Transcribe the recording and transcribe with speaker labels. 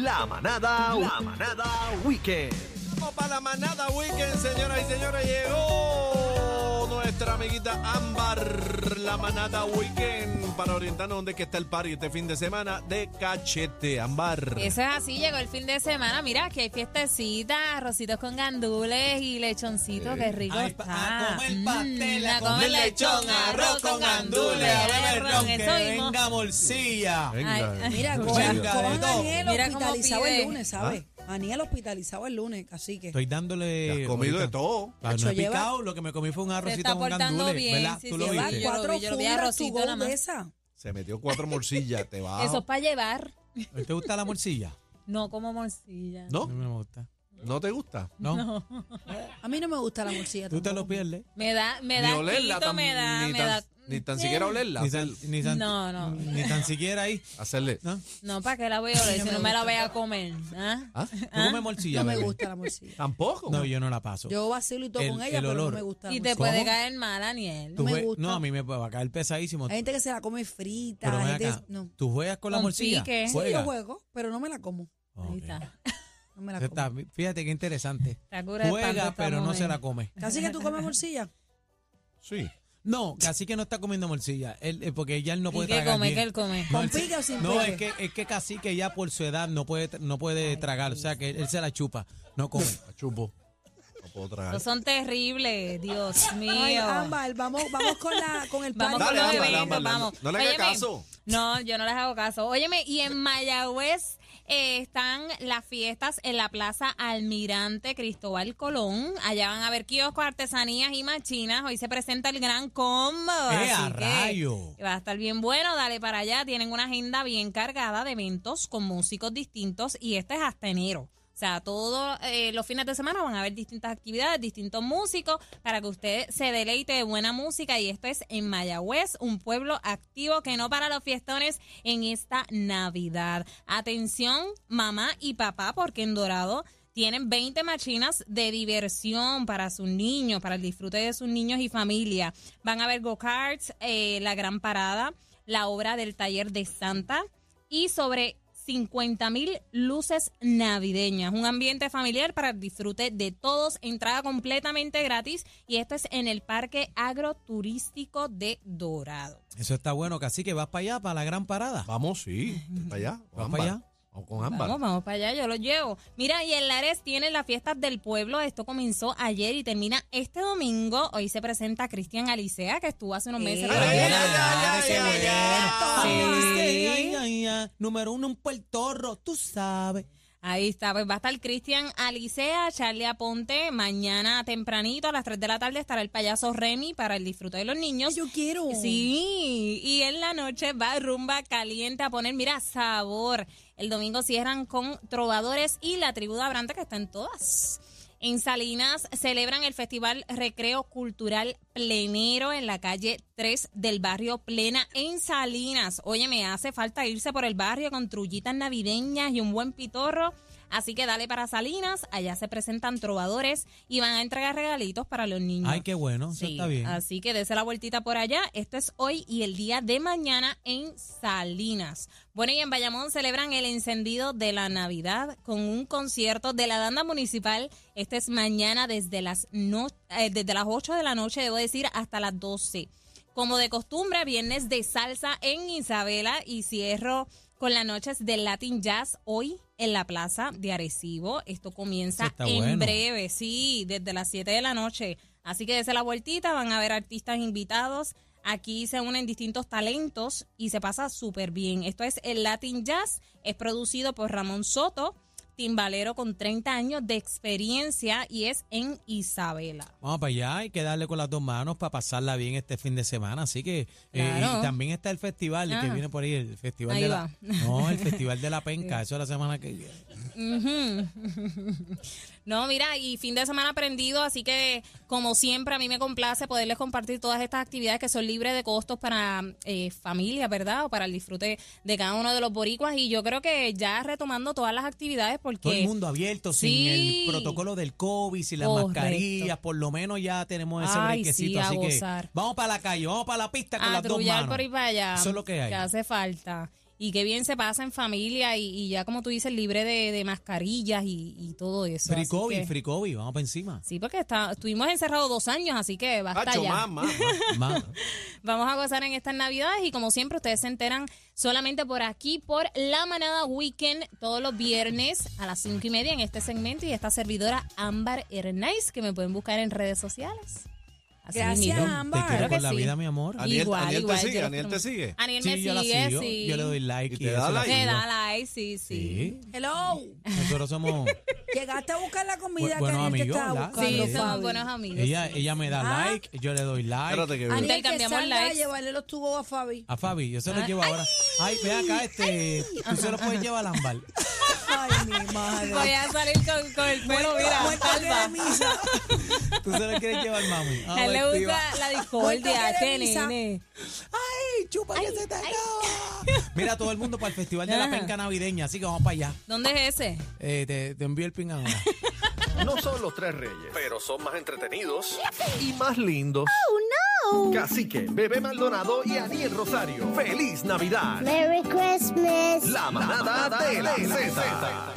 Speaker 1: La manada, la manada Weekend.
Speaker 2: Vamos para la manada weekend, señoras y señores. Llegó nuestra amiguita Ámbar, la manada weekend, para orientarnos dónde es que está el party este fin de semana de cachete, Ámbar.
Speaker 3: Eso es así, llegó el fin de semana. Mira, que hay fiestecita, arrocitos con gandules y lechoncito, qué rico
Speaker 4: Ay, pa-
Speaker 3: está.
Speaker 4: a comer pastel, a
Speaker 3: Mm,
Speaker 4: comer lechón, arroz con gandules, a beber
Speaker 3: ron,
Speaker 4: ron, que
Speaker 3: eso mismo.
Speaker 4: venga morcilla.
Speaker 2: Venga.
Speaker 3: Ay,
Speaker 5: Mira,
Speaker 2: Mucha
Speaker 5: con,
Speaker 4: Venga, de
Speaker 5: con
Speaker 4: todo.
Speaker 5: Aniel
Speaker 3: Mira cómo
Speaker 5: hospitalizado
Speaker 3: pide.
Speaker 5: el lunes, ¿sabes? Aniel hospitalizado el lunes, así que.
Speaker 4: ¿Ah? Estoy dándole...
Speaker 2: Te has comido
Speaker 4: ahorita.
Speaker 2: de todo.
Speaker 4: Ah, no
Speaker 5: Nacho,
Speaker 4: he
Speaker 5: lleva-
Speaker 4: picado, lo que me comí fue un arrocito
Speaker 3: está
Speaker 4: con
Speaker 3: portando
Speaker 4: gandules,
Speaker 3: bien,
Speaker 4: ¿verdad?
Speaker 3: sí,
Speaker 4: ¿Tú
Speaker 3: sí,
Speaker 4: lo
Speaker 3: lleva
Speaker 5: Lleva
Speaker 4: viste?
Speaker 3: yo lo
Speaker 5: cuatro
Speaker 3: vi, yo lo vi a
Speaker 5: fundas
Speaker 3: Rosita
Speaker 5: to go
Speaker 3: nada más.
Speaker 5: de esa.
Speaker 2: Se metió cuatro morcillas, te bajo.
Speaker 3: Eso es para llevar,
Speaker 4: ¿Te gusta la morcilla?
Speaker 3: no como morcilla.
Speaker 2: ¿No?
Speaker 4: me gusta.
Speaker 2: ¿No te gusta?
Speaker 4: No.
Speaker 5: A mí no me gusta la morcilla.
Speaker 4: Tú te lo
Speaker 5: tampoco.
Speaker 4: pierdes.
Speaker 3: Me da, me da, quito,
Speaker 2: tan-
Speaker 3: me da,
Speaker 2: ni,
Speaker 3: me
Speaker 2: tan,
Speaker 3: da.
Speaker 2: ni tan siquiera olerla.
Speaker 4: Ni tan, ni tan-
Speaker 3: No, no.
Speaker 4: Ni tan siquiera ahí.
Speaker 2: Hacerle.
Speaker 4: ¿no?
Speaker 3: No, ¿para qué la voy a oler si no me la voy a comer? ¿ah?
Speaker 2: ¿Ah?
Speaker 4: ¿Tú comes morcilla,
Speaker 5: No me
Speaker 4: bebé?
Speaker 5: gusta la morcilla.
Speaker 2: Tampoco.
Speaker 4: No, yo no la paso.
Speaker 5: Yo vacilo y todo
Speaker 4: El-
Speaker 5: con ella,
Speaker 4: el
Speaker 5: pero no
Speaker 4: olor.
Speaker 5: me gusta la
Speaker 3: Y te
Speaker 5: morcilla.
Speaker 3: puede caer mal, Aniel.
Speaker 4: Ah, Tú
Speaker 5: me
Speaker 4: jue-
Speaker 5: gusta.
Speaker 4: no, a mí me va a caer pesadísimo.
Speaker 5: Hay gente que se la come frita.
Speaker 4: Pero ven
Speaker 5: gente
Speaker 4: acá,
Speaker 5: no.
Speaker 4: ¿tú juegas con la
Speaker 3: Con
Speaker 4: morcilla?
Speaker 3: pique. Sí,
Speaker 5: Sí,
Speaker 4: ¿Juegas?
Speaker 5: yo juego, pero no me la como.
Speaker 4: Ok.
Speaker 3: Ahí está.
Speaker 5: No me la
Speaker 4: Eso
Speaker 5: como.
Speaker 4: está- fíjate qué interesante.
Speaker 3: Está cura de espanto
Speaker 4: Juega,
Speaker 3: esta
Speaker 4: pero no
Speaker 3: mujer.
Speaker 4: se la come.
Speaker 5: Casi que tú comes morcilla.
Speaker 2: Sí.
Speaker 4: No, casi que no está comiendo morcilla, él, eh, porque ella él no
Speaker 3: ¿Y
Speaker 4: puede
Speaker 3: qué
Speaker 4: tragar
Speaker 3: come?
Speaker 4: bien.
Speaker 3: ¿Qué él come?
Speaker 4: No,
Speaker 5: ¿Con
Speaker 4: él se-
Speaker 5: pique o sin
Speaker 4: No,
Speaker 5: pique?
Speaker 4: es que es que casi que ya por su edad no puede tra- no puede tragar, o sea que él, él se la chupa, no come.
Speaker 2: La chupo. No puedo tragar.
Speaker 3: Estos son terribles, Dios mío.
Speaker 5: Ay, Ámbar, vamos, vamos con, la, con el
Speaker 3: Vamos con
Speaker 2: Dale,
Speaker 3: los
Speaker 2: ámbar,
Speaker 3: eventos,
Speaker 2: ámbar,
Speaker 3: vamos.
Speaker 2: no le haga
Speaker 3: Óyeme,
Speaker 2: caso.
Speaker 3: No, yo no les hago caso. Óyeme, y en Mayagüez eh, están las fiestas en la Plaza Almirante Cristóbal Colón. Allá van a ver kioscos, artesanías y machinas. Hoy se presenta el gran combo.
Speaker 4: ¡Eh, a
Speaker 3: así que
Speaker 4: rayo!
Speaker 3: Va a estar bien bueno, dale para allá. Tienen una agenda bien cargada de eventos con músicos distintos y este es hasta enero. O sea, todos eh, los fines de semana van a haber distintas actividades, distintos músicos, para que usted se deleite de buena música. Y esto es en Mayagüez, un pueblo activo que no para los fiestones en esta Navidad. Atención, mamá y papá, porque en Dorado tienen 20 machinas de diversión para sus niños, para el disfrute de sus niños y familia. Van a ver go-karts, eh, la gran parada, la obra del taller de Santa y sobre 50 mil luces navideñas. Un ambiente familiar para el disfrute de todos. Entrada completamente gratis y esto es en el Parque Agroturístico de Dorado.
Speaker 4: Eso está bueno, casi que vas para allá para la gran parada.
Speaker 2: Vamos, sí. Para allá.
Speaker 4: ¿Vas
Speaker 2: ámbar.
Speaker 4: para allá?
Speaker 2: Vamos con ámbar.
Speaker 3: Vamos, vamos para allá, yo lo llevo. Mira, y en Lares tienen las fiestas del pueblo. Esto comenzó ayer y termina este domingo. Hoy se presenta Cristian Alicea, que estuvo hace unos meses.
Speaker 5: Eh.
Speaker 3: por
Speaker 2: Ay, ay,
Speaker 3: acá.
Speaker 2: ay, ay,
Speaker 3: Ese
Speaker 2: ay, ay,
Speaker 3: evento.
Speaker 4: Ay,
Speaker 3: Sí.
Speaker 4: ay, ay, ay, Número uno en Puerto Rico, tú sabes.
Speaker 3: Ahí está, pues va a estar Cristian Alicea, Charlie Aponte. Mañana tempranito a las 3 de la tarde estará el payaso Remy para el disfrute de los niños.
Speaker 5: Yo quiero.
Speaker 3: Sí, y en la noche va rumba caliente a poner, mira, sabor. El domingo cierran con Trovadores y la tribu de Abranta que está en todas. En Salinas celebran el Festival Recreo Cultural Plenero en la calle 3 del barrio Plena en Salinas. Oye, me hace falta irse por el barrio con trullitas navideñas y un buen pitorro. Así que dale para Salinas, allá se presentan trovadores y van a entregar regalitos para los niños.
Speaker 4: Ay, qué bueno, eso
Speaker 3: Sí,
Speaker 4: está bien.
Speaker 3: Así que dése la vueltita por allá. Esto es hoy y el día de mañana en Salinas. Bueno, y en Bayamón celebran el encendido de la Navidad con un concierto de la banda municipal. Este es mañana desde las, no- eh, desde las 8 de la noche, debo decir, hasta las 12. Como de costumbre, viernes de salsa en Isabela y cierro con las noches del Latin Jazz hoy en la plaza de Arecibo. Esto comienza
Speaker 4: Eso está
Speaker 3: en
Speaker 4: bueno.
Speaker 3: breve, sí, desde las 7 de la noche. Así que desde la vueltita van a ver artistas invitados. Aquí se unen distintos talentos y se pasa súper bien. Esto es el Latin Jazz, es producido por Ramón Soto, timbalero con 30 años de experiencia y es en Isabela.
Speaker 4: Vamos para allá, hay que darle con las dos manos para pasarla bien este fin de semana. Así que eh,
Speaker 3: Claro.
Speaker 4: y también está el festival que
Speaker 3: Ah.
Speaker 4: viene por ahí, el festival
Speaker 3: Ahí
Speaker 4: de
Speaker 3: va.
Speaker 4: la no, el festival de la penca. Eso es la semana que viene.
Speaker 3: Ujú. No, mira, y fin de semana aprendido, así que como siempre a mí me complace poderles compartir todas estas actividades que son libres de costos para eh, familia, ¿verdad? O para el disfrute de cada uno de los boricuas. Y yo creo que ya retomando todas las actividades porque...
Speaker 4: Todo el mundo abierto,
Speaker 3: Sí.
Speaker 4: sin el protocolo del COVID, sin las
Speaker 3: Correcto.
Speaker 4: mascarillas, por lo menos ya tenemos ese
Speaker 3: Ay,
Speaker 4: brequecito.
Speaker 3: sí, a
Speaker 4: así que
Speaker 3: gozar.
Speaker 4: vamos para la calle, vamos para la pista con
Speaker 3: a
Speaker 4: las dos
Speaker 3: trullar
Speaker 4: manos.
Speaker 3: por ahí para allá.
Speaker 4: Eso es lo que hay.
Speaker 3: hace falta. Y qué bien se pasa en familia y, y ya, como tú dices, libre de, de mascarillas y, y todo eso. así
Speaker 4: Free COVID,
Speaker 3: que-
Speaker 4: free COVID, vamos para encima.
Speaker 3: Sí, porque está, estuvimos encerrados dos años, así que basta
Speaker 2: Hacho,
Speaker 3: ya.
Speaker 2: más, más, más.
Speaker 4: Más.
Speaker 3: Vamos a gozar en estas navidades y como siempre ustedes se enteran solamente por aquí, por La Manada Weekend, todos los viernes a las cinco y media en este segmento y esta servidora Ámbar Hernández, que me pueden buscar en redes sociales. Así
Speaker 5: Gracias,
Speaker 3: mismo.
Speaker 4: Te
Speaker 5: Ámbar.
Speaker 4: quiero
Speaker 3: Claro
Speaker 4: con
Speaker 3: que
Speaker 4: la
Speaker 3: sí.
Speaker 4: vida, mi amor.
Speaker 2: Aniel-
Speaker 3: igual,
Speaker 2: Aniel te
Speaker 3: igual,
Speaker 2: sigue,
Speaker 3: yo los
Speaker 2: Aniel te
Speaker 3: tomo.
Speaker 2: sigue.
Speaker 3: Aniel
Speaker 4: Sí,
Speaker 3: me
Speaker 4: yo la
Speaker 3: sigue,
Speaker 4: sigo,
Speaker 3: sí.
Speaker 4: Yo le doy like.
Speaker 2: Y te da
Speaker 4: eso, la
Speaker 2: like.
Speaker 3: Me
Speaker 4: sigo.
Speaker 3: da like, sí, sí.
Speaker 4: Sí.
Speaker 5: Hello.
Speaker 4: Nosotros somos.
Speaker 5: Llegaste a buscar la comida
Speaker 4: Bu- bueno,
Speaker 5: que Aniel te
Speaker 4: amigos,
Speaker 5: estaba
Speaker 4: ¿verdad?
Speaker 5: buscando,
Speaker 3: Sí, somos
Speaker 5: Fabi.
Speaker 3: buenos amigos.
Speaker 4: Ella, ella me da
Speaker 5: Ah.
Speaker 4: like, yo le doy like.
Speaker 2: Espérate que
Speaker 5: Aniel, que
Speaker 3: Intercambiamos
Speaker 5: salga a
Speaker 3: likes.
Speaker 5: llevarle los tubos a Fabi.
Speaker 4: A Fabi, yo se los
Speaker 3: Ah.
Speaker 4: llevo ahora. Ay, ve acá, este. Tú se los puedes llevar al ámbar.
Speaker 5: Ay, mi madre.
Speaker 3: Voy a salir con, con el pelo, Pues, mira,
Speaker 5: Buen corte
Speaker 3: calva.
Speaker 5: de misa.
Speaker 4: Tú se los quieres llevar, mami.
Speaker 3: A él le
Speaker 4: Adictiva.
Speaker 3: gusta la discordia,
Speaker 5: Cuéntame
Speaker 3: este
Speaker 5: de misa.
Speaker 3: nene.
Speaker 4: Ay, chupa que se te acaba. Mira, todo el mundo para el Festival de la
Speaker 3: Ajá.
Speaker 4: Penca Navideña, así que vamos para allá.
Speaker 3: ¿Dónde es ese?
Speaker 4: Eh, te, te envío el pin ahora.
Speaker 1: No son los tres reyes, pero son más entretenidos y más lindos. ¡Oh, no! Cacique, Bebé Maldonado y Aniel Rosario. ¡Feliz Navidad!
Speaker 6: Merry Christmas.
Speaker 1: La manada de la Z.